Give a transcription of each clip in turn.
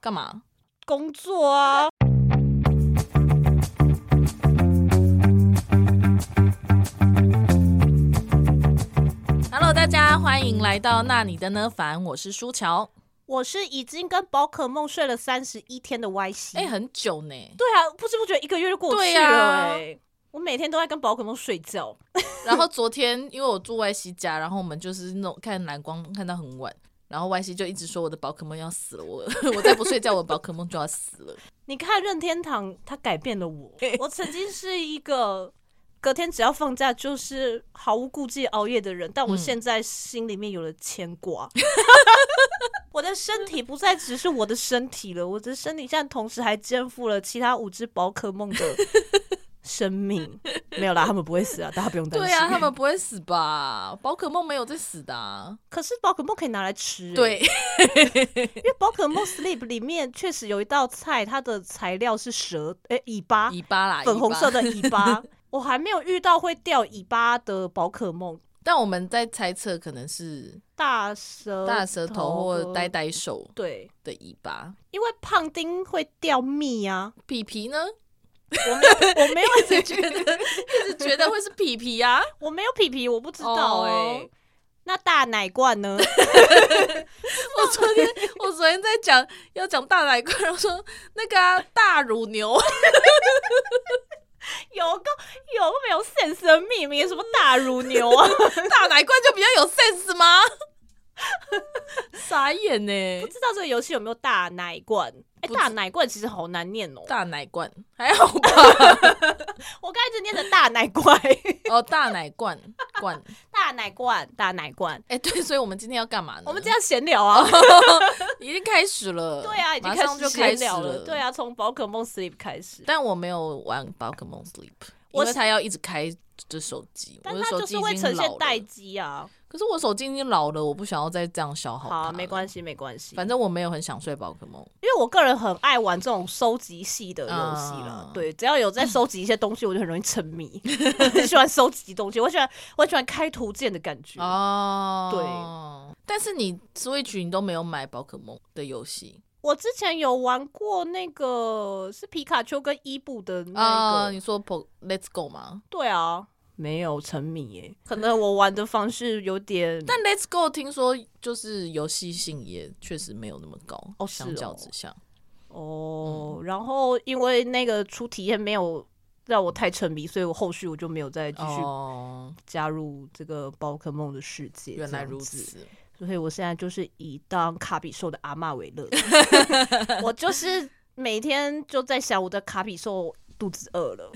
干嘛？工作啊。 Hello，大家欢迎来到那你的呢凡，我是舒乔。我是已经跟宝可梦睡了三十一天的 Y 西。哎、很久呢。对啊，不知不觉一个月就过对去呀了、哎、我每天都在跟宝可梦睡觉。然后昨天因为我住外西家，然后我们就是那种看蓝光看到很晚，然后外西就一直说我的宝可梦要死了，我 我再不睡觉，我的宝可梦就要死了。你看任天堂，它改变 了我。我曾经是一个隔天只要放假就是毫无顾忌熬夜的人，但我嗯现在心里面有了 牵挂。 我的身体不再只是我的身体了，我的身体现在同时还肩负了其他五只宝可梦的生 命。没有啦，他们不会死啊，大家不用担心。对啊，他们不会死吧？宝可梦没有在死的、啊。可是宝可梦可以拿来吃、欸，对，因为宝可梦 Sleep 里面确实有一道菜，它的材料是蛇，诶、尾巴， 尾巴啦，粉红色的。的 尾巴。我还没有遇到会掉尾巴的宝可梦，但我们在猜测，可能是大舌大舌头或的呆呆手对，的尾巴。因为胖丁会掉蜜啊。皮 皮呢？我 没有，一直觉得一直 觉得会是皮皮啊，我没有皮皮，我不知道哎、哦那大奶罐呢？ 我昨天 我昨天在讲要讲大奶罐，然后说那个啊、大乳牛， 有个有个没有现生命名什么大乳牛啊？ 大奶罐就比较有 sense 吗？傻眼呢、不知道这个游戏有没有大奶罐？哎、不知大奶罐其实好难念哦、大奶罐还好 吧？我刚才一直念成大奶怪，哦，大奶罐罐， 大奶罐，大奶罐。 哎、对，所以我们今天要干嘛呢？我们这样闲聊啊，已经开始了， 对啊，已经马开上始就开闲始聊对啊。啊，从宝可梦 Sleep 开始，但我没有玩宝可梦 Sleep，因我为是它要一直开着手机，我但的它手就机是已会呈经现老待了。机啊。可是我手机已经老了，我不想要再这样消耗它好，啊了。没关系，没关哦系，反正我没有很想睡宝可梦。因为我个人很爱玩这种收集系的游戏啦。啊对，只要有在收集一些东西，我就很容易沉迷， 很喜欢收集东西，我喜欢我喜欢开图鉴的感觉。哦，对。但是你 Switch 你都没有买宝可梦的游戏我之前有玩过那个是皮卡丘跟伊布的那个，啊？你说 po Let's Go 吗？对啊，没有沉迷耶，可能我玩的方式有点，但 Let's Go 听说就是游戏性也确实没有那么高，哦是哦相较之下，哦，嗯然后因为那个初体验没有让我太沉迷，所以我后续我就没有再继续哦，加入这个宝可梦的世界。原来如这样子，此。所以我现在就是以当卡比兽的阿嬷为乐，我就是每天就在想我的卡比兽。肚子饿了，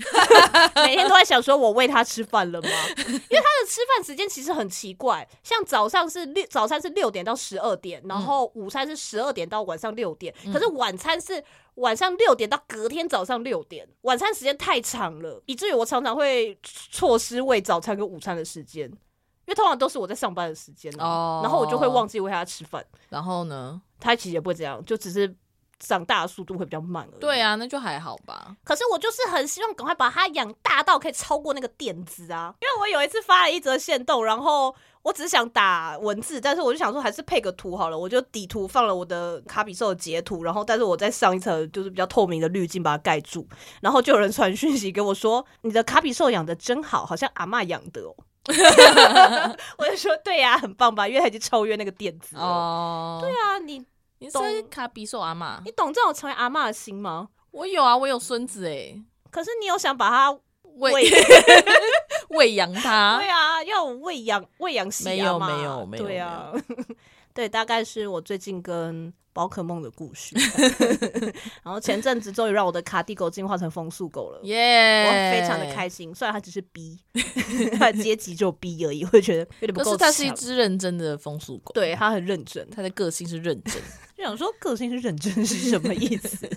每天都在想说，我喂它吃饭了吗？因为它的吃饭时间其实很奇怪，像早上是六早餐是六点到十二点，然后午餐是十二点到晚上六点，可是晚餐是晚上六点到隔天早上六点，晚餐时间太长了，以至于我常常会错失喂早餐跟午餐的时间，因为通常都是我在上班的时间、啊哦然后我就会忘记喂它吃饭。然后呢？它其实也不会这样，就只是长大的速度会比较慢而已。对啊，那就还好吧。可是我就是很希望赶快把它养大到可以超过那个垫子啊！因为我有一次发了一则限动，然后我只是想打文字，但是我就想说还是配个图好了，我就底图放了我的卡比兽的截图，然后但是我再上一层就是比较透明的滤镜把它盖住，然后就有人传讯息给我说：“你的卡比兽养的真好，好像阿嬷养的哦。” 我就说：“对呀、很棒吧？因为它已经超越那个垫子了。哦，对对啊，啊，你你是懂卡比兽阿妈你，懂这种成为阿嬷的心吗？我有啊，我有孙子哎，可是你有想把它喂 喂养它对，啊，要有喂养喂养系没啊有嘛没有没有对啊， 对，大概是我最近跟宝可梦的 故事。然后前阵子终于让我的卡蒂狗进化成风速狗了。耶，我非常的开心，虽然它只是 B，它的阶级就 B 而已，会觉得有点不可够是强它。是一只认真的风速狗，对，它很认真，它的个性是认真。就想说个性是认真是什么意思？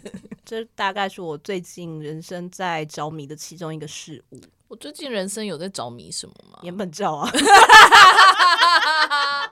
这大概是我最近人生在着迷的其中一个事物， 我最近人生有在着迷什么吗？岩本照啊。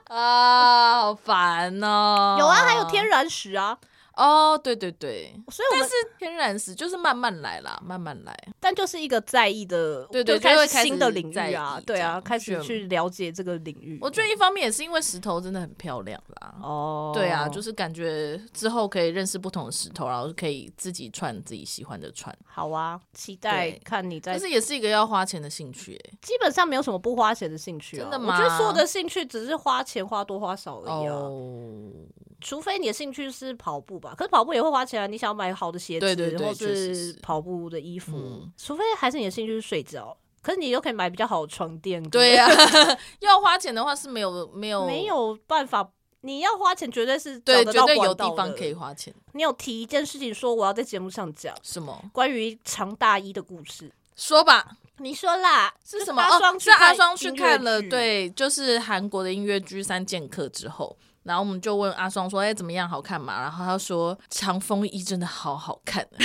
啊，好烦哦！有啊，还有天然石啊，哦，对对对，所以我们天然死就是慢慢来啦，慢慢来。但就是一个在意的，对对就开就会始开始新的领域在啊意，对这啊，样开始是去了解这个领域。我觉得一方面也是因为石头真的很漂亮啦。哦，对啊，就是是感觉之后可以认识不同的石头，然后可以自己串自己喜欢的串，好啊，期待对看你在但。是也是一个要花钱的兴趣、欸。基本上没有什么不花钱的兴趣啊，真的我觉得吗所有的兴趣只是花钱花多花少而已啊，哦， 除非你的兴趣是跑步吧，可是跑步也会花钱啊。你想买好的鞋子，对对对或确实是是跑步的衣服，嗯除非还是你的兴趣是睡觉，可是你又可以买比较好的床垫。对、呀、 要花钱的话是没有没有没有办法，你要花钱绝对是哦对，找得绝到对管有道地方的可以花钱。你有提一件事情说我要在节目上讲什么？关于长大一的故事，说吧，你说啦，就是什么？阿哦，双是去阿看双去音乐看了，剧，对，就是韩国的音乐剧《三剑客》之后，然后我们就问阿双说：“哎，怎么样？好看吗？”然后他说：“长风一真的好好看，啊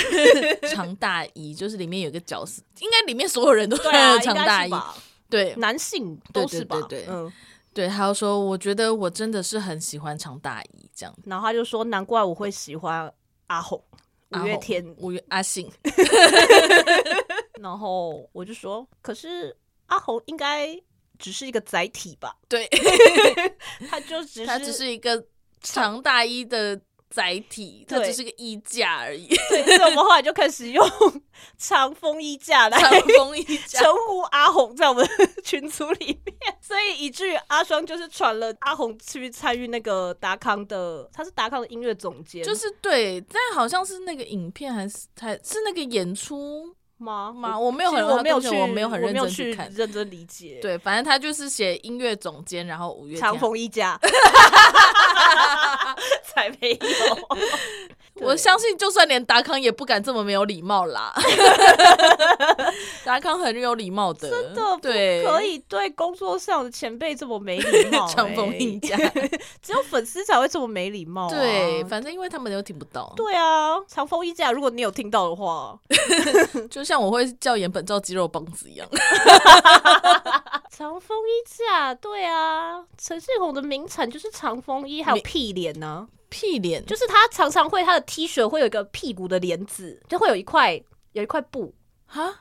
长大一就是里面有一个角色，应该里面所有人都 对啊，看了长应该大是一，吧对男性都是吧，对对对对嗯，对。”他又说：“我觉得我真的是很喜欢长大一这样。”然后他就说难怪我会喜欢阿红。五阿月红天，五月阿 信，然后我就说，可是阿红应该只是一个载体吧，对他就只是他只是一个长大一的载体，他对只是个衣架而已，对， 所以我们后来就开始用 长风衣架来长风衣架称。呼阿红在我们 群组里面，所以以至于阿双就是传了阿红去参与那个达康的，他是达康的音乐总监，就是对，但好像是那个影片还是还是那个演出吗？吗？我我没有其实很我没有对去不，起我没有很认真去去看。认真理解。，对，反正他就是写音乐总监，然后五月天长。风一 家 才没有，我相信，就算连达康也不敢这么没有礼貌 啦。达康很有礼貌的，真的不对，可以对工作上的前辈这么没礼貌、欸，长风硬 架。只有粉丝才会这么没礼貌、啊。对，反正因为他们又听不到，对啊，长风衣架，如果你有听到的话，就像我会叫岩本照肌肉棒子一 样。长风衣架，对啊，陈信宏的名产就是长风衣，还有你屁帘呢、屁脸，就是他常常会他的 T 恤会有一个屁股的帘子，就会有一块有一块布。啊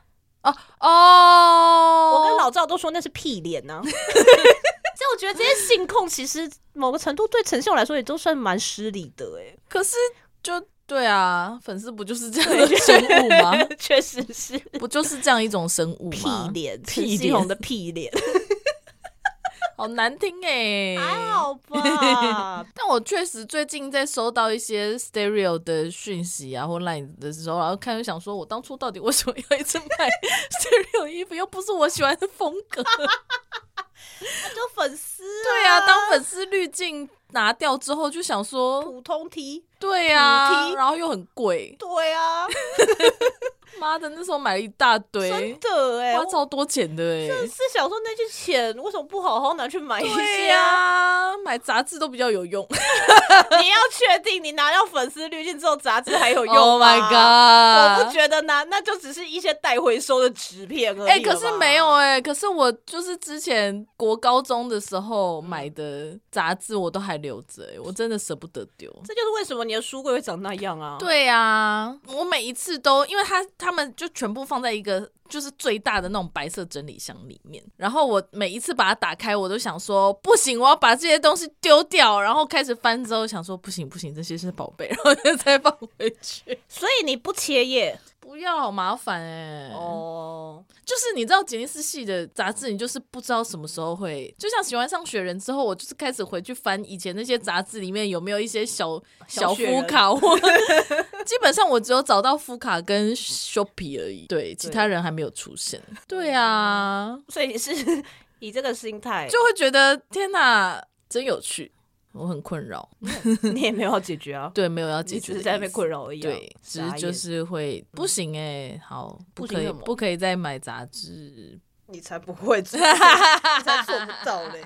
哦哦，我跟老赵都说那是屁啊帘呢、所以我觉哦 得这些性控其实某个程度对陈秀来说也都算蛮失礼的 哎、可是就对啊，粉丝不就是这样的生物吗？ 确实是不就是这样一种生物屁吗？帘，陈屁信帘宏的屁帘， 好难听哎、还好 吧？但我确实最近在收到一些 Stereo 的讯息啊，或 Line 的时候，然后看就想说，我当初到底为什么要一直买 Stereo 衣服？又不是我喜欢的风 格。就粉丝、对啊，当粉丝滤镜拿掉之后，就想说，普通 T，对啊普，踢然后又很贵，对啊，妈的，那时候买了一大堆真，的哎、花超多钱的哎、是想说那些钱为什么不好好拿去买一对啊些？呀、买杂志都比较有用。 你要确定你拿到粉丝滤镜之后，杂志还有 用 Oh 吗 my 我 god！不觉得拿，那就只是一些待回收的纸片而已。哎、可是没有，哎、可是我就是之前国高中的时候买的杂志，我都还留着、哎，我真的舍不得丢。这就是为什么你的书柜会长那样啊。，对呀、我每一次都，因为他他们就全部放在一个就是最大的那种白色整理箱里面，然后我每一次把它打开，我都想说不行，我要把这些东西丢掉，然后开始翻之后想说不行不行，这些是宝贝，然后就再放回去，所以你不切页不要好麻烦哎、哦。就是你知道杰尼斯系的杂志，你就是不知道什么时候会，就像喜欢上雪人之后，我就是开始回去翻以前那些杂志里面有没有一些小小雪人夫卡， 我基本上我只有找到夫卡跟 Shopee 而已，对，其他人还没有出现。嗯对啊，所以你是 以这个心态，就会觉得天哪，真有趣，我很困扰。你也没有要解决啊，对，没有要解你决只的意思，是在那边困扰而已、啊。对，只傻是眼嗯就是会不行哎、好，不不行可以什么不可以再买杂志，你才不 会做，你才做不到 嘞。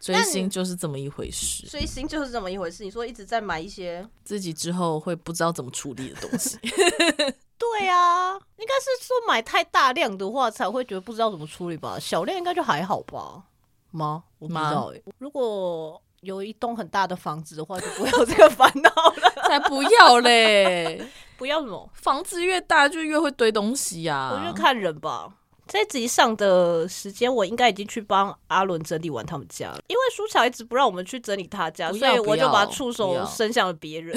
追那你星就是这么一回事。追星就是这么一回事。你说一直在买一些自己之后会不知道怎么处理的东西。对啊，应该是说买太大量的话，才会觉欸得不知道怎么处理吧。小量应该就还好吧？吗？我不知道哎、如果有一栋很大的房子的话，就不会有这个烦恼 了。 才不要嘞！不要什么，房子越大就越会堆东西呀、 我就看人吧。这一集上的时间，我应该已经去帮阿伦整理完他们家了，因为舒乔一直不让我们去整理他家，不所要以我就把不要触不手要伸向了 别人。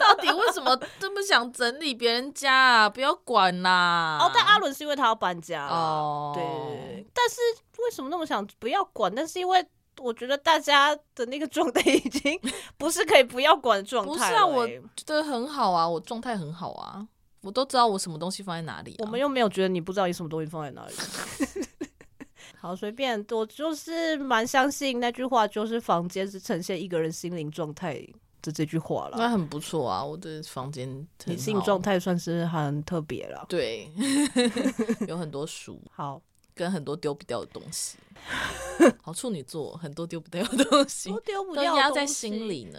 到底为什么这么想整理别人家啊？不要管啦！哦，但阿伦是因为他要搬家啊啦哦，对对对，对但是为什么那么想不要管？但是因为我觉得大家的那个状态已 经不是可以不要管的状不是态啊了我欸觉得很好啊，我状态很好啊，我都知道我什么东西放在哪里、啊。我们又没有觉得你不知道你什么东西放在哪里。 好，随便，我就是蛮相信那句话，就是房间是呈现一个人心灵状态的这句话那啦。很不错啊，我的房间很你心理好状态算是很特别了。 对，有很多书好，跟很多丢不掉的东西。好处女座很多丢不掉的东西都丢不都掉的压在东西心。里呢，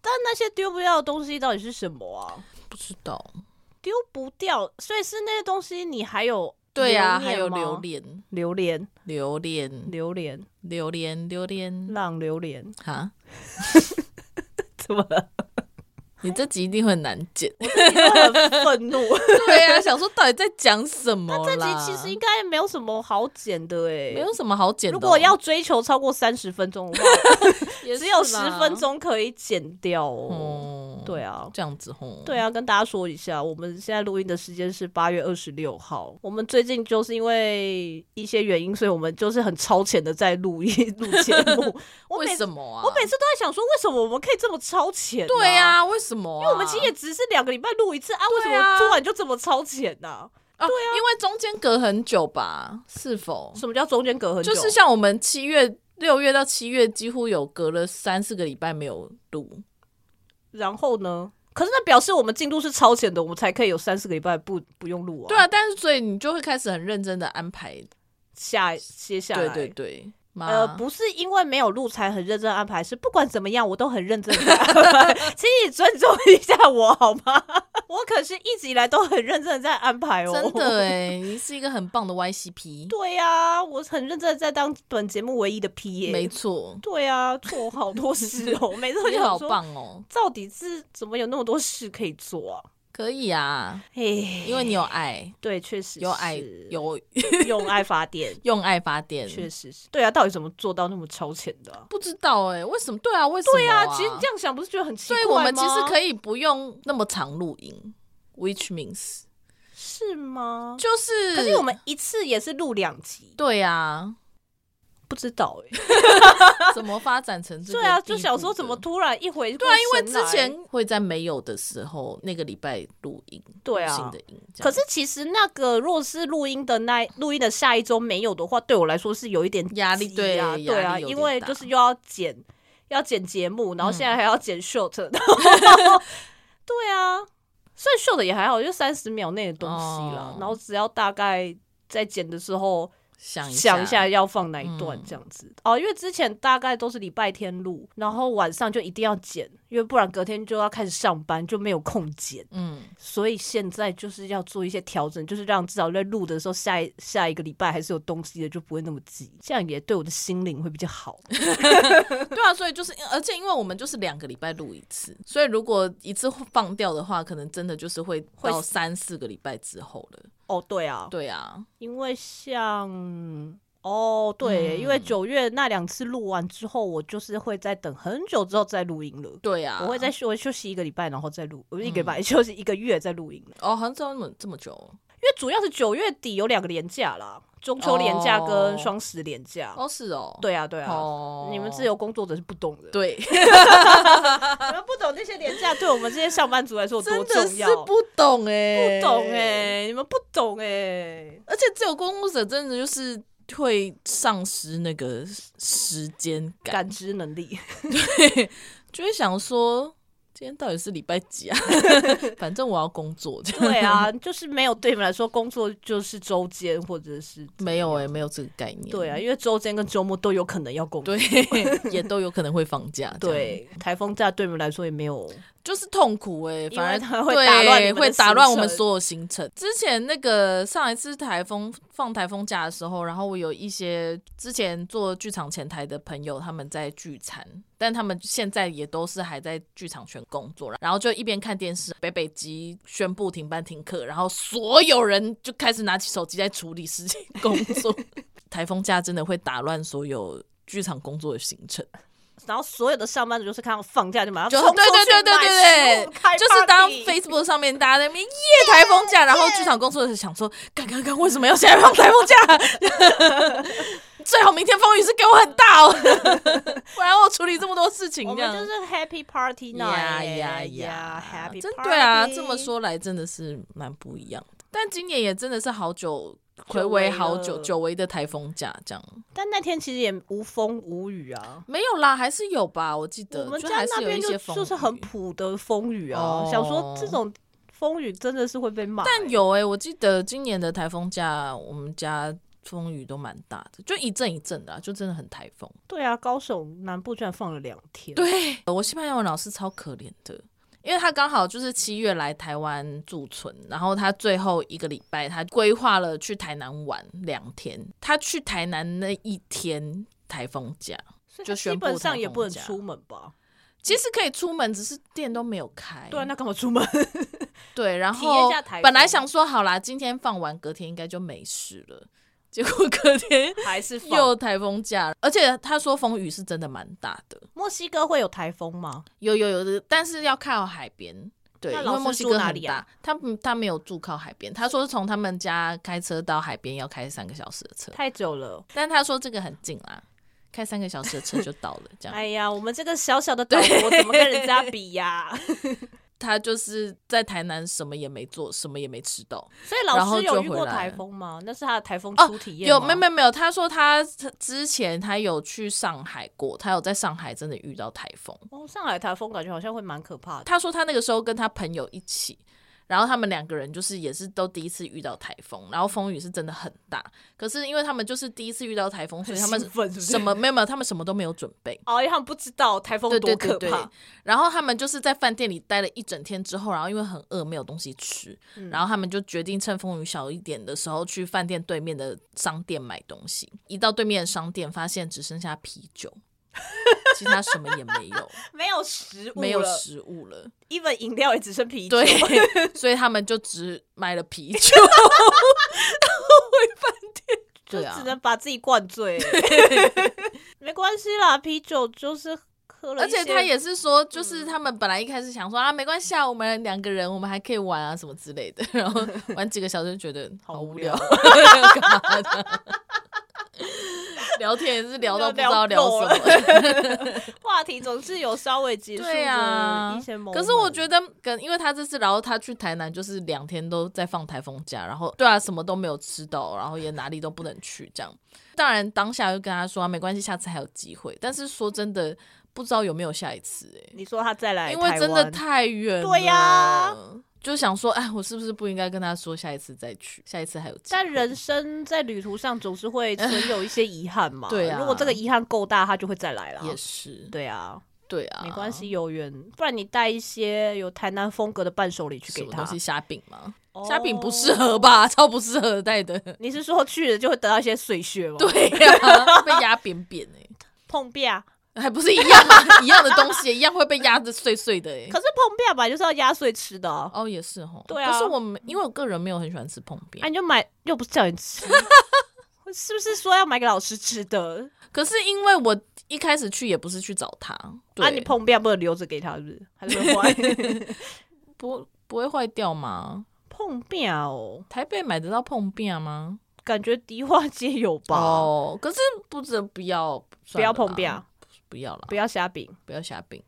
但那些丢不掉的东西到底是什么啊？不知道。丢不掉，所以是那些东西你还有对呀、呀，还有榴榴莲，榴莲、榴莲，榴莲、榴莲，榴莲，浪榴 莲，哈，怎么了？你这集一定会很难剪。你都很愤 怒。对呀、 想说到底在讲什么啊这集啦？其实应该没有什么好剪的哎、没有什么好剪的哦、如果要追求超过三十分钟的话， 也是只有十啦分，钟可以剪掉哦。哦，对啊。这样子哦吼，对啊，跟大家说一下，我们现在录音的时间是八月二十六号。我们最近就是因为一些原因，所以我们就是很超前的在录音录节 目。我每为次什么啊？我每次都在想说，为什么我们可以这么超前、对呀、啊，为什么啊、因为我们其实也只是两个礼拜录一次啊，为什对啊么突然就这么超前呢、哦啊因为中间隔很久吧？是否？什么叫中间隔很久？就是像我们七月、六月到七月，几乎有隔了三四个礼拜没有录。然后呢？可是那表示我们进度是超前的，我们才可以有三四个礼拜不不用录啊。对啊，但是所以你就会开始很认真的安排。下接下对来，对啊对，妈呃，不是因为没有录才很认真安排，是不管怎么样我都很认真 地安排，请你尊重一下我好吗？ 我可是一直以来都很认真的在安排哦，真的。哎、你是一个很棒的 YCP，对呀、我很认真的在当本节目唯一的 P 耶、没 错，对呀、做好多事哦，每次 都你想好说，棒哦，到底是怎么有那么多事可以做啊？可以啊，哎，因为你有爱，对，确实有爱是，有 用爱发电，用爱发电，确实是。对啊，到底怎么做到那么超前的啊、不知道哎、为什么？对啊，为什么、对啊啊，，其实你这样想不是觉得很奇所怪以吗？我们其实可以以不用那么长录音，which means 是吗？就是，可是我们一次也是录两集，对 啊，不知道哎、怎么发展成欸这个？ 对啊，就想说怎么。突然一回对啊，因为过神来之前会在没有的时候那个礼拜录音，对录新啊的。音。这可样是其实那个，若是录音的那录音的下一周没有的话，对我来说是有一点压力急对啊，对压啊，力有因点为大就是又要剪，要剪节目，然后嗯现在还要剪 short，、然 后对啊，所以 short 也还好，就三十秒内的东西啦，哦然后只要大概在剪的时候想想一一下下，要放哪一段嗯这样子、哦，因为之前大概都是礼拜天录，然后晚上就一定要剪，因为不然隔天就要开始上班，就没有空剪。嗯，所以现在就是要做一些调整，就是让至少在录的时候下一下一个礼拜还是有东西的，就不会那么急，这样也对我的心灵会比 较好。对啊，所以就是，而且因为我们就是两个礼拜录一次，所以如果一次放掉的话，可能真的就是会会到三四个礼拜之后了。哦，对啊，对啊，因为像。哦，对，嗯因为九月那两次录完之后，我就是会在等很久之后再录音了。对啊，嗯我会再休我会休息一个礼拜，然后再录，我一个礼拜 休息一个月再录音了。哦，好像这么这么久因为主要是九月底有两个连假啦，中秋连假哦跟双十连假。哦，是哦，对啊，对啊，哦，你们自由工作者是不懂的。对， 你们不懂那些廉价对我们这些上班族来说有多真的重是要，不懂哎、不懂哎、，你们不懂哎、而且自由工作者真的就是会丧失那个时间感，感知能力。就会想说今天到底是礼拜几啊？ 反正我要工作，这样对 啊，就是没有对你们来说，工作就是周间或者是没有哎、没有这个概念。对啊，，因为周间跟周末都有可能要工作。对， 也都有可能会放假。这样，对，台风假对你们来说也没有就是痛苦哎、因为反而它会打乱你对们的会打乱我行程们所有行程。之前那个上一次台风放台风假的时候，然后我有一些之前做剧场前台的朋友，他们在聚餐，但他们现在也都是还在剧场圈工作，然后就一边看电视，北北基宣布停班停课，然后所有人就开始拿起手机在处理事情工作。 台风假真的会打乱所有剧场工作的行程。然后所有的上班族就是看到放假就马上就冲出对对对去买对对食物对，开就是当 party Facebook 上面大家在那边耶台风假，然后剧场工作者想说，干干干，为什么要现在放台风假？ 最好明天风雨是给我很大哦，不然我处理这么多事情我这们样就。是 Happy Party 呀 night，呀呀，Happy 真 party 对啊，这么说来真的是蛮不一样的。但今年也真的是好久，暌违好久违久，了久违的台风假这样但那天其实也无风无雨啊。没有啦，还是有吧？我记我得们就家还那是有边一就些风雨，就是很普的风雨啊，哦想说这种风雨真的是会被骂、但有哎、我记得今年的台风假，我们家风雨都蛮大的，就一阵一阵的、啊，就真的很台风。对啊，高雄南部居然放了两天，对我西班牙文老师超可怜的，因为他刚好就是七月来台湾驻村，然后他最后一个礼拜他规划了去台南玩两天，他去台南那一天台风假，所以就它宣基布本上台也风不能假出门吧？其实可以出门，只是店都没有开。对啊，那干嘛出门？对，然体验一后下台风本来想说好啦，今天放完隔天应该就没事了，结果隔天。还 是放又台风假，而且他说风雨是真的蛮大的，墨西哥会有台风吗？有有有的，但是要靠海边。对，那因老为师墨西住哥哪很里大，啊他不他没有住靠海边，他说是从他们家开车到海边要开三个小时的车，太久了，但他说这个很近啦，开三个小时的车就到了，这 样。哎呀，我们这个小小的岛国怎么跟人家比呀、 他就是在台南什么也没做，什么也没吃到，所以然老后师有就遇回过来台了风吗？那是他的台风哦初体验吗、有没有没有没有，他说他之前他有去上海过，他有在上海真的遇到台风。哦，上海台风感觉好像会蛮可怕的。他说他那个时候跟他朋友一起，然后他们两个人就是也是都第一次遇到台风，然后风雨是真的很大。可是因为他们就是第一次遇到台风，所以他们兴奋是不是什么没有没有，他们什么都没有准备。哦，因为他们不知道台风对多对可对怕，对，然后他们就是在饭店里待了一整天之后，然后因为很饿，没有东西吃，然后他们就决定趁风雨小一点的时候去饭店对面的商店买东西。一到对面的商店，发现只剩下啤酒，其他什么也没 有，没有食物，没有食物了。 ，even 饮料也只剩啤酒。对， 所以他们就只买了啤 酒。就对啊只能把自己灌 醉。没关系啦，啤酒就是喝了而一些，且他也是说，就是他们本来一开始想说啊，没关系啊，我们两个人我们还可以玩啊什么之类的， 然后玩几个小时就觉得 好无聊， 干嘛的？聊天也是聊到不知道 聊什聊么。话题总是有稍微结束对的啊一些 moment。可是我觉得跟因为他这次，然后他去台南就是两天都在放台风假，然后对啊，什么都没有吃到，然后也哪里都不能去，这样。当然当下就跟他说、啊、没关系，下次还有机会。但是说真的，不知道有没有下一次哎、你说他再来台因湾，为真的太远了。对呀就想说，哎，我是不是不应该跟他说下一次再去，下一次还有机会？但人生在旅途上总是 会存有一些遗憾嘛。对啊如果这个遗憾够大，他就会再来啦。也是，对啊，对啊，没关，系，有缘。不然你带一些有台南风格的伴手礼去什给么他东。西虾饼吗？哦虾饼不适合吧， 超不适合带的。你是说去了就会得到一些碎屑吗？，对呀、 被压扁扁哎、碰壁啊。还不是一样吗？一样的东西，一样会被压的碎碎的哎、可是碰壁啊本来就是要压碎吃的啊，哦，也是哦。对啊可是我没，因为我个人没有很喜欢吃碰饼啊，你就买，又不是叫你 吃，是不是说要买给老师吃的？可是因为我一开始去也不是去找他，对，啊，你碰壁啊不能留着给他，是不是？还是 会坏？不不会坏掉吗？碰壁啊哦，台北买得到碰饼啊吗？感觉迪化街有吧？哦，可是不准不要，啊不算了要啦碰壁啊，，不要啦，不要虾饼。不要虾饼。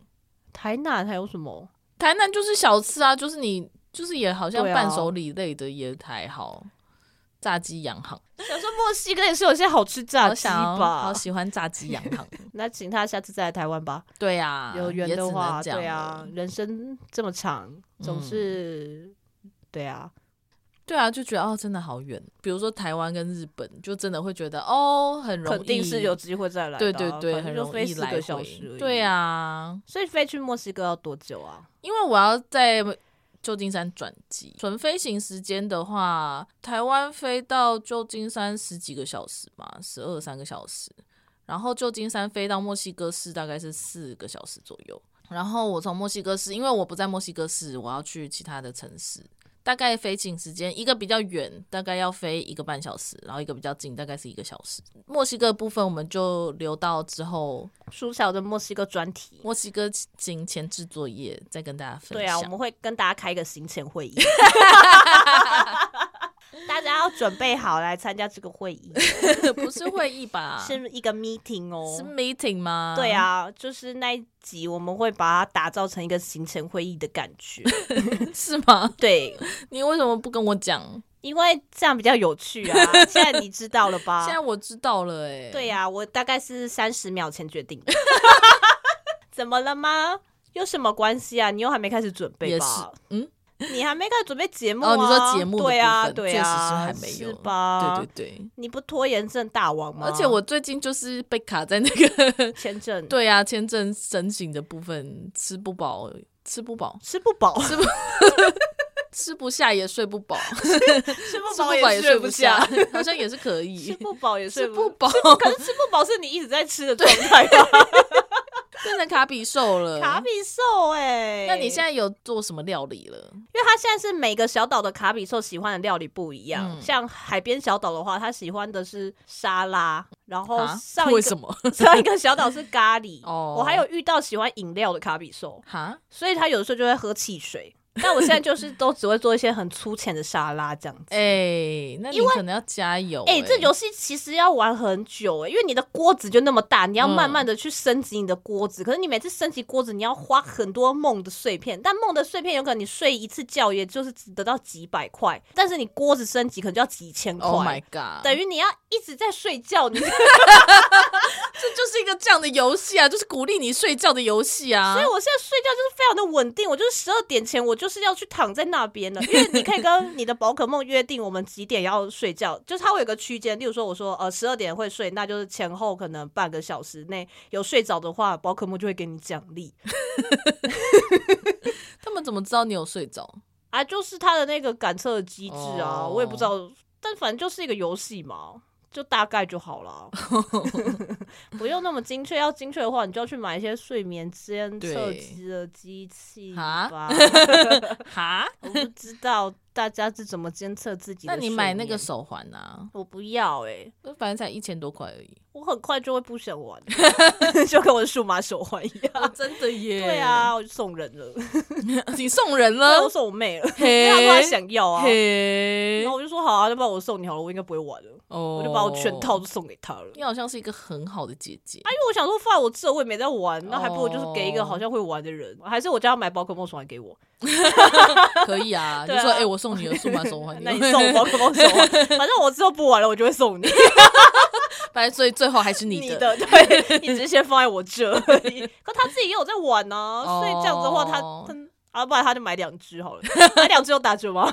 台南还有什么？台南就是小吃啊，就是你就是也好像对啊伴手礼类的也还好，炸鸡洋行，想说墨西哥也是有些好哦吃炸好鸡想要好吧？喜欢炸鸡洋行。那请他下次再来台湾吧，对啊，有缘也只的能话，这样对啊了，，人生这么长，总嗯是对啊，对啊，就觉得哦，真的好远。比如说台湾跟日本，就真的会觉得哦，很容易，肯定是有机会再来的啊，对对对，反很正就容飞易四来个小时而回。已对，啊，所以飞去墨西哥要多久啊？因为我要在旧金山转机，纯飞行时间的话，台湾飞到旧金山十几个小时嘛，十二三个小时。然后旧金山飞到墨西哥市大概是四个小时左右。然后我从墨西哥市，因为我不在墨西哥市，我要去其他的城市。大概飞行时间，一个比较远，大概要飞一个半小时，然后一个比较近，大概是一个小时。墨西哥的部分我们就留到之后苏小的墨西哥专题。墨西哥行前置作业再跟大家分享。对啊，我们会跟大家开一个行前会 议，大家要准备好来参加这个会议， 不是会议吧？是一个 meeting 哦。是 meeting 吗？对，啊，就是那一集我们会把它打造成一个行前会议的感觉。 是吗？ 对，你为什么不跟我讲？因为这样比较有趣啊。 现在你知道了吧？现在我知道了、欸，哎，啊对呀、我大概是三十秒前决 定的。怎么了吗？有什么关系啊？你又还没开始准备也吧是？，嗯，你还没开始准备节目、啊、哦你说节目的对啊，部分对确实是啊，还没有是吧？对对对。你不拖延症大王吗？，而且我最近就是被卡在那个 签证对啊，签证申请的部分，吃不饱，吃不饱，吃不 饱，吃不下也睡不饱， 吃吃不不饱饱也睡不下，下，好像也是可以吃，不饱也睡吃不不。 饱，可是吃不饱是你一直在 吃的状态啊吧？变成卡比兽了。卡比兽哎、那你现在有做什么料理了？因为它现在是每个小岛的卡比兽喜欢的料理不一样，嗯像海边小岛的话，它喜欢的是沙拉，然后啊哦上一为个什么？ 上一个小岛是咖喱。 哦我还有遇到喜欢饮料的卡比兽，哈，所以他有的时候就会喝汽水。但我现在就是都只会做一些很粗浅的沙拉这样子。哎、那你因为可能要加油、哎、哎、这游戏其实要玩很久哎、因为你的锅子就那么大，你要嗯慢慢的去升级你的锅子。可是你每次升级锅子，你要花很多梦的碎片，但梦的碎片有可能你睡一次觉，也就是只得到几百块，但是你锅子升级可能就要几千块。 Oh my god！等于你要一直在睡觉，你所这就是一个这样的游戏啊，就是鼓励你睡觉的游戏啊。以我现在睡觉就是非常的稳定，我就是十二点前我就是要去躺在那边了，因为你可以跟你的宝可梦约定我们几点要睡觉，就是它会有个区间，例如说我说呃十二点会睡，那就是前后可能半个小时内有睡着的话，宝可梦就会给你奖励他们怎么知道你有睡着？啊，就是它的那个感测机制啊，哦我也不知道，但反正就是一个游戏嘛。就大概就好 了，不用那么精确。要精确的话，你就要去买一些睡眠监测对机的机器哈吧。哈？我不知道大家是怎么监测自己 的那睡眠。你买那个手环啊？我不要哎、反正才一千多块而已。我很快就会不想玩， 就跟我的数码手环一 啊，样。真的耶！ 对，啊，我就送人了，你送人 对我了？送我妹了，因嘿为她说她想要啊。嘿然，后我就说好啊，要不然我送你好了，我应该不会玩了，哦我就把我全套。都送给她了。你好像是一个很好的姐姐，因为我想说放在我这我也没在玩，那还不如就是给一个哦好像会玩的人，还是我叫他买宝可梦手环给我，可以 啊。就对啊说哎，我送你的数码手 环，那你送我宝可梦手 环，反正我之后不玩了，我就会送你。反正所以最后还是你你的。的， 对，一直先放在我这里。可他自己也有在玩呢、所以这样子的话，他哦他。啊，不然他就买两 只好了，买两只有打折吗？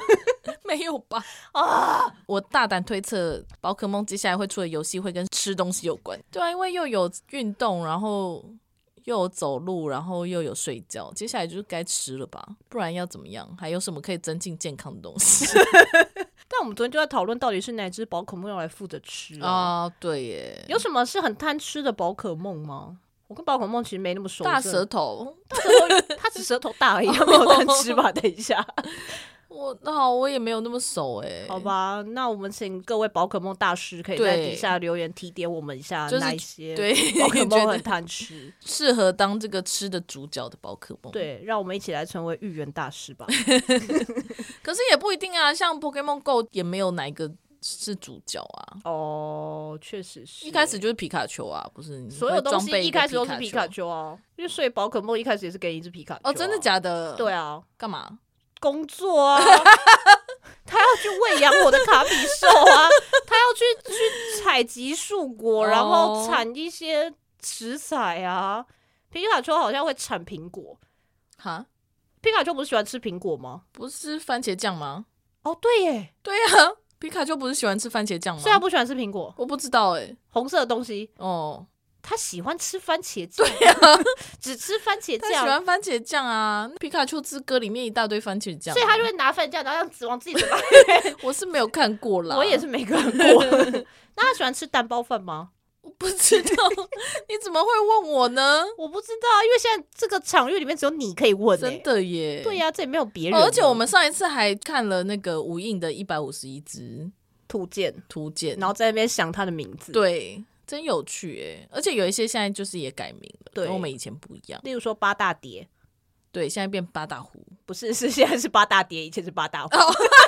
没有吧？啊，我大胆推测，宝可梦接下来会出的游戏会跟吃东西有关。对啊，因为又有运动，然后又有走路，然后又有睡觉，接下来就是该吃了吧？不然要怎么样？还有什么可以增进健康的东西但我们昨天就在讨论，到底是哪只宝可梦要来负责吃啊？啊？对耶，有什么是很贪吃的宝可梦吗？我跟宝可梦其实没那么熟，大真舌的，头，大舌头，它只舌头大 而已，它没有贪吃吧？等一下，我好，我也没有那么熟哎。好，吧，那我们请各位宝可梦大师可以在对底下留言提点我们一下，就是哪一些对， 宝可你 觉梦很得贪吃？适合当这个吃的主角的宝可梦？，对，让我们一起来成为预言大师吧。可是也不一定啊，像 Pokemon Go 也没有哪一个是主角啊。哦，确实是。嗯一开始就是皮卡丘啊，不是？你所有会东装西备一个开始都是皮卡丘。哦丘啊，因为所以宝可梦一开始也是给你一只皮卡丘、啊哦，真的？假的？对，啊， 干嘛？工作啊，他要去喂养我的卡比兽啊，他要去去采集树果，然后哦产一些食材啊。皮卡丘好像会产苹果，哈，皮卡丘不是喜欢吃苹果吗？不是番茄酱吗？哦，对耶，对呀、皮卡丘不是喜欢吃番茄酱吗？虽然不喜欢吃苹果，我不知道哎、红色的东西，哦， 他喜欢吃番茄酱， 只吃番茄他酱喜，欢番茄酱啊，皮卡丘之歌里面一大堆番茄酱，啊所以他就会拿番茄酱，然后让指往自己嘴 巴。我是没有看过啦，我也是没看 过。那他喜欢吃蛋包饭吗？我不知道， 你怎么会问我呢？我不知道，因为现在这个场域里面只有你可以问、欸，真的耶，对、呀、这也没有别哦人了、而且我们上一次还看了那个无印的一百五十一只图鉴，图鉴，然后在那边想他的名字，，对，真有趣哎，而且有一些现在就是也改名了，对跟我们以前不一样，例如说八大蝶，对，现在变八大湖，不是 是现在是八大蝶，以前是八大虎，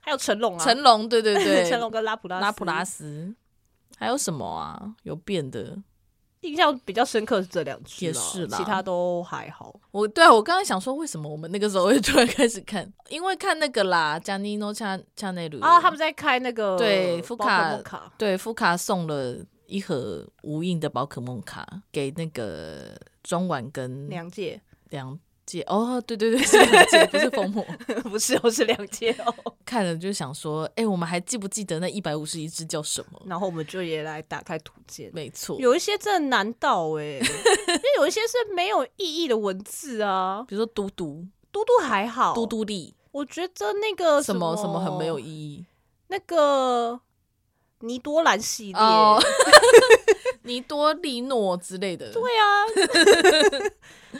还有成龙啊，哦 成龙，对对对，成龙跟拉普拉斯拉普拉，斯，还有什么啊？有变的？印象比较深刻是这两只啦，也是啦其他都还好。我对啊，我刚刚想说，为什么我们那个时候会突然开始看？因为看那个啦，加尼诺恰恰内鲁啊，他们在开那嗯个对福卡宝可梦卡，对福卡送了一盒无印的宝可梦卡给那个中晚跟两届梁姐。哦，对对对，是梁姐， 不是 风魔。不是哦，是两届哦。看了就想说，哎、我们还记不记得那一百五十一只叫什么？然后我们就也来打开图鉴，没错，有一些真的难到 哎、因为有一些是没有意义的文字啊。比如说嘟嘟、嘟嘟还好，嘟，嘟力，我觉得那个什哦么么什么很没有意义。那个尼多兰系列，哦，尼多利诺之类的，对啊，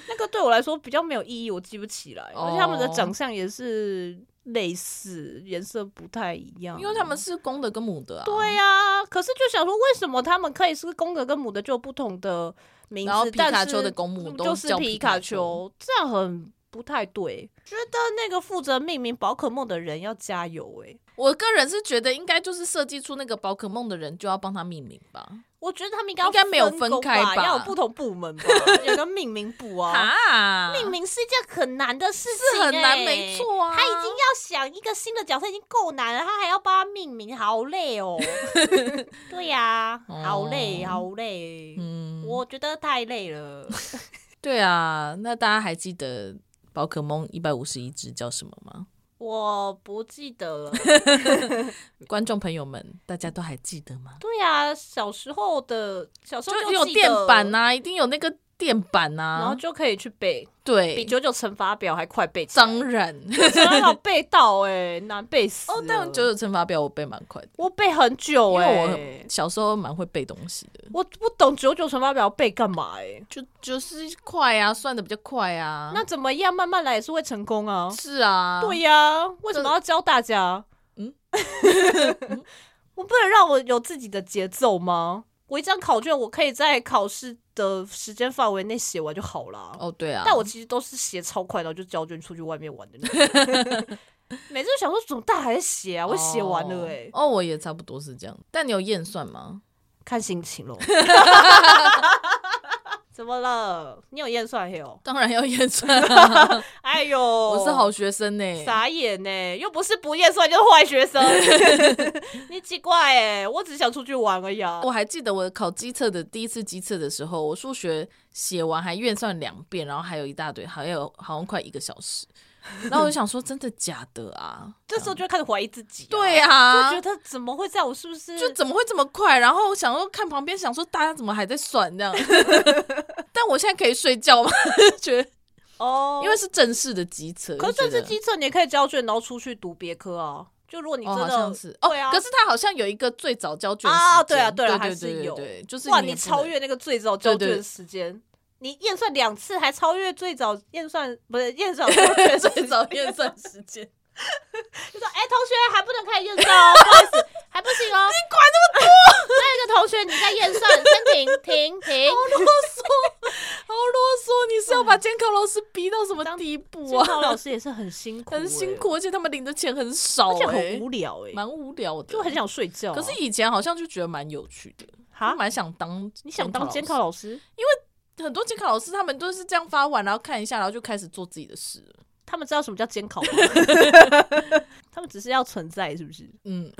那个对我来说比较没有意义，我记不起来，哦而且他们的长相也是类似，颜色不太一样，因为他们是公的跟母的啊。对呀、可是就想说，为什么他们可以是公的跟母的就有不同的名字？然后皮但卡是嗯丘的公母都就是叫皮皮卡丘，这样很不太对。觉得那个负责命名宝可梦的人要加油哎、我个人是觉得应该就是设计出那个宝可梦的人就要帮他命名吧。我觉得他们应该要应该没有分分工开吧，吧要有不同部门吧，有个命名部啊。啊，命名是一件很难的事情、是欸很难，没。错啊。他已经要想一个新的角色已经够难了，他还要帮他命名，好 累哦。对呀、哦好累，好 累。嗯，我觉得太累 了。对啊。那大家还记得宝可梦一百五十一只叫什么吗？我不记得了。观众朋友们，大家都还记得吗？对啊，小时候的小时候就记有得电板、啊呐、一定有那个电板呐、然后就可以去背，比对，九九乘法表还快背起来。当然。真要 背到哎、难背死 了。哦，但九九乘法表我背蛮快的，我背很久因哎、为我很小时候蛮会背东西的，我不懂九九乘法表背干嘛哎、就就是快啊，算的比较快啊。那怎么样？慢慢来也是会成功啊。是啊，对呀、为什么要教大家？嗯嗯， 我不能让我有自己的节奏吗？我一张考卷，我可以在考试的时间范围内写完就好了。哦，对啊，但我其实都是写超快，然后就交卷出去外面玩的那种。 每次都想说怎么大还在写啊？我写完了哎、哦。哦，我也差不多是这样。但你有验算吗？看心情 喽。 怎么了？你有验算黑哦？当然要验 算啊、哎呦，我我是好学生欸呢、傻眼呢、又不是不验算就是坏 学生，你奇怪哎、我只是想出去玩而已、啊。我还记得我考机测的第一次机测的时候，我数学写完还验算两遍，然后还有一大堆，还有好像快一个小时。然后我就想说，真的假的啊？这时候就会开始怀疑自己、对呀、啊，就觉得怎么会这样？我是不是就怎么会这么快？然后想说看旁边，想说大家怎么还在算这样？ 但我现在可以睡觉吗？ 觉得哦？因为是正式的机测，可是就觉这次得机测你也可以交卷，然后出去读别科啊。就如果你真哦，好的、像是哦对啊，可是他好像有一个最早交卷啊时间对啊对对对啊还对是有对对就是哇，你你也不超能越那个最早交对卷对的时间。你验算两次，还超越最早验算，不是验算交卷 时最早验算时间，就说：“哎、同学还不能开始 验算哦，不好意思，还不行哦。”你管 那么多？那个同学你在验算，先停停停。好啰嗦！你是要哎把监考老师逼到什么当地步监啊？考老师也是很辛 苦、欸很辛，苦，而且他们领的钱很少、而且欸很，无聊哎、 蛮无聊的，就很。想睡觉啊、可是以前好像就觉得蛮有趣的，哈就，蛮想当你想当监考老老师？师？很多监考老师他们都是这样发完，然后看一下，然后就开始做自己的事了。 他们知道什么叫监考吗？他们上只是要存在，是不是？ 嗯，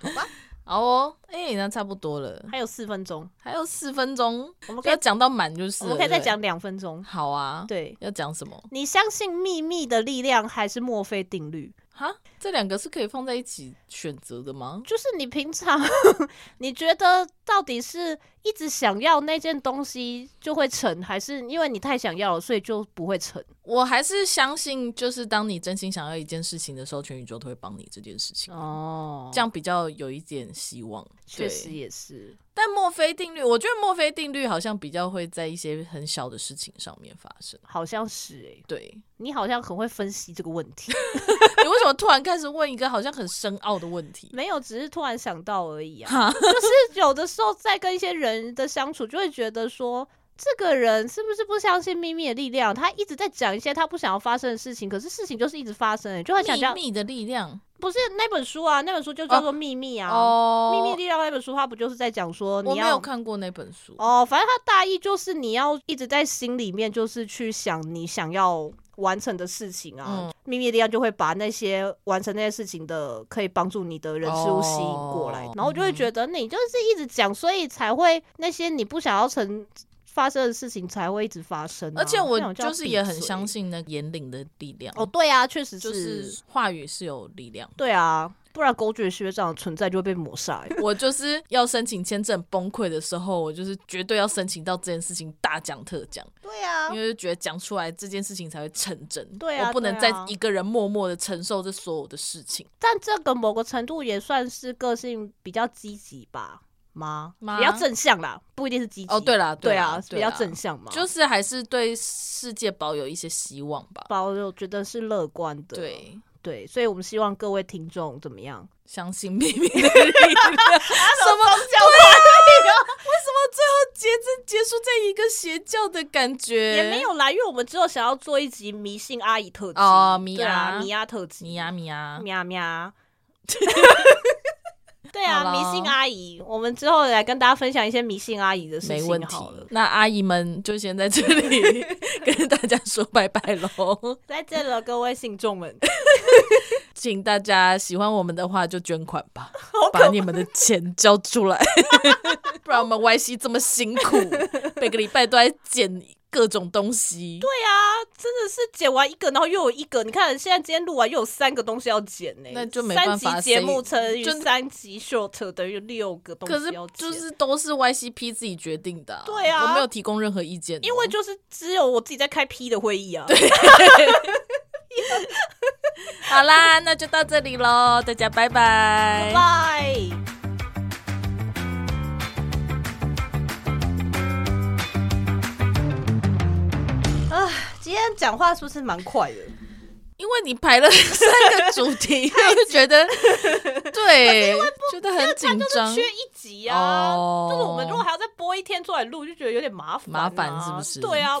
好吧，好哦，哎、那差不多了，还有四分钟，还有四分钟，我们可以要讲到满就是我了们可以再。对讲两分钟不对。好啊，，对，要讲什么？你相信秘密的力量还是墨菲定律？哈，这两个是可以放在一起选择的吗？就是你平常 你觉得到底是一直想要那件东西就会成，还是因为你太想要了所以就不会成？我还是相信，就是当你真心想要一件事情的时候，全宇宙都会帮你这件事情，哦这样比较有一点希望。确对实也是。但墨菲定律，我觉得墨菲定律好像比较会在一些很小的事情上面发生。好像是哎、对你好像很会分析这个问题，你为什么突然开始问一个好像很深奥的问题？没有，只是突然想到而已啊。就是有的时候在跟一些人的相处，就会觉得说，这个人是不是不相信秘密的力量？他一直在讲一些他不想要发生的事情，可是事情就是一直发生、欸，就很想秘讲。密的力量不是那本书啊，那本书就叫做《秘密》啊。哦秘密力量》那本书，它不就是在讲说我你没有要看过那本书。哦，反正它大意就是你要一直在心里面，就是去想你想要完成的事情啊。嗯秘密力量就会把那些完成那些事情的可以帮助你的人事物吸引过来，哦然后就会觉得你就是一直讲，所以才会那些你不想要成。发生的事情才会一直发生啊、而且那我种叫就是闭也很嘴相信那个引领的力量。哦，对啊，确实就是话语是有力量。对啊，不然狗血学长的存在就会被抹杀、欸。我就是要申请签证崩溃的时候，我就是绝对要申请到这件事情大讲特讲， 对啊因为就觉得讲出来这件事情才会成真。对啊我不能对再啊一个人默默的承受这所有的事情。但这个某个程度也算是个性比较积极吧？吗？吗比较正向啦，不一定是积极。哦，对啦，对啦啊，，对比较啦正向嘛。就是是还是对世界保有一些希望吧。包我觉得是乐观的。对，对，啊所以我们希望各位听众怎么样？相信秘密的力量。 什么教啊为什么最后结这结束在一个邪教的感觉？也没有啦，因为我们只有想要做一集迷信阿姨特辑哦迷啊对啊阿迷阿特辑，米呀米呀，喵 喵。对好咯啊，迷信阿姨，我们之后来跟大家分享一些迷信阿姨的事没情问题好了。。那阿姨们就先在这里 跟大家说拜拜喽，再见了，各位信众们。请大家喜欢我们的话就捐款 吧，把你们的钱交出来，不然我们 YC 这么辛苦，每个礼拜都在剪各种东西。对，对啊，真的是剪完一个，然后又有一个。你看，现在今天录完又有三个东西要剪呢、那就没办法三集节目乘谁以就三集 short 等于六个东可西是要剪。就是都是 YCP 自己决定的、对啊我没有提供任何意见哦、因为就是只有我自己在开 P 的会议啊。好啦，那就到这里喽，大家拜拜。拜。啊，今天讲话是不是蛮快的？因为你排了三个主题，我就觉得对，觉得很紧张缺。一集啊，哦，就是我们如果还要再播一天出来录，就觉得有点麻烦、麻啊烦是不是对啊，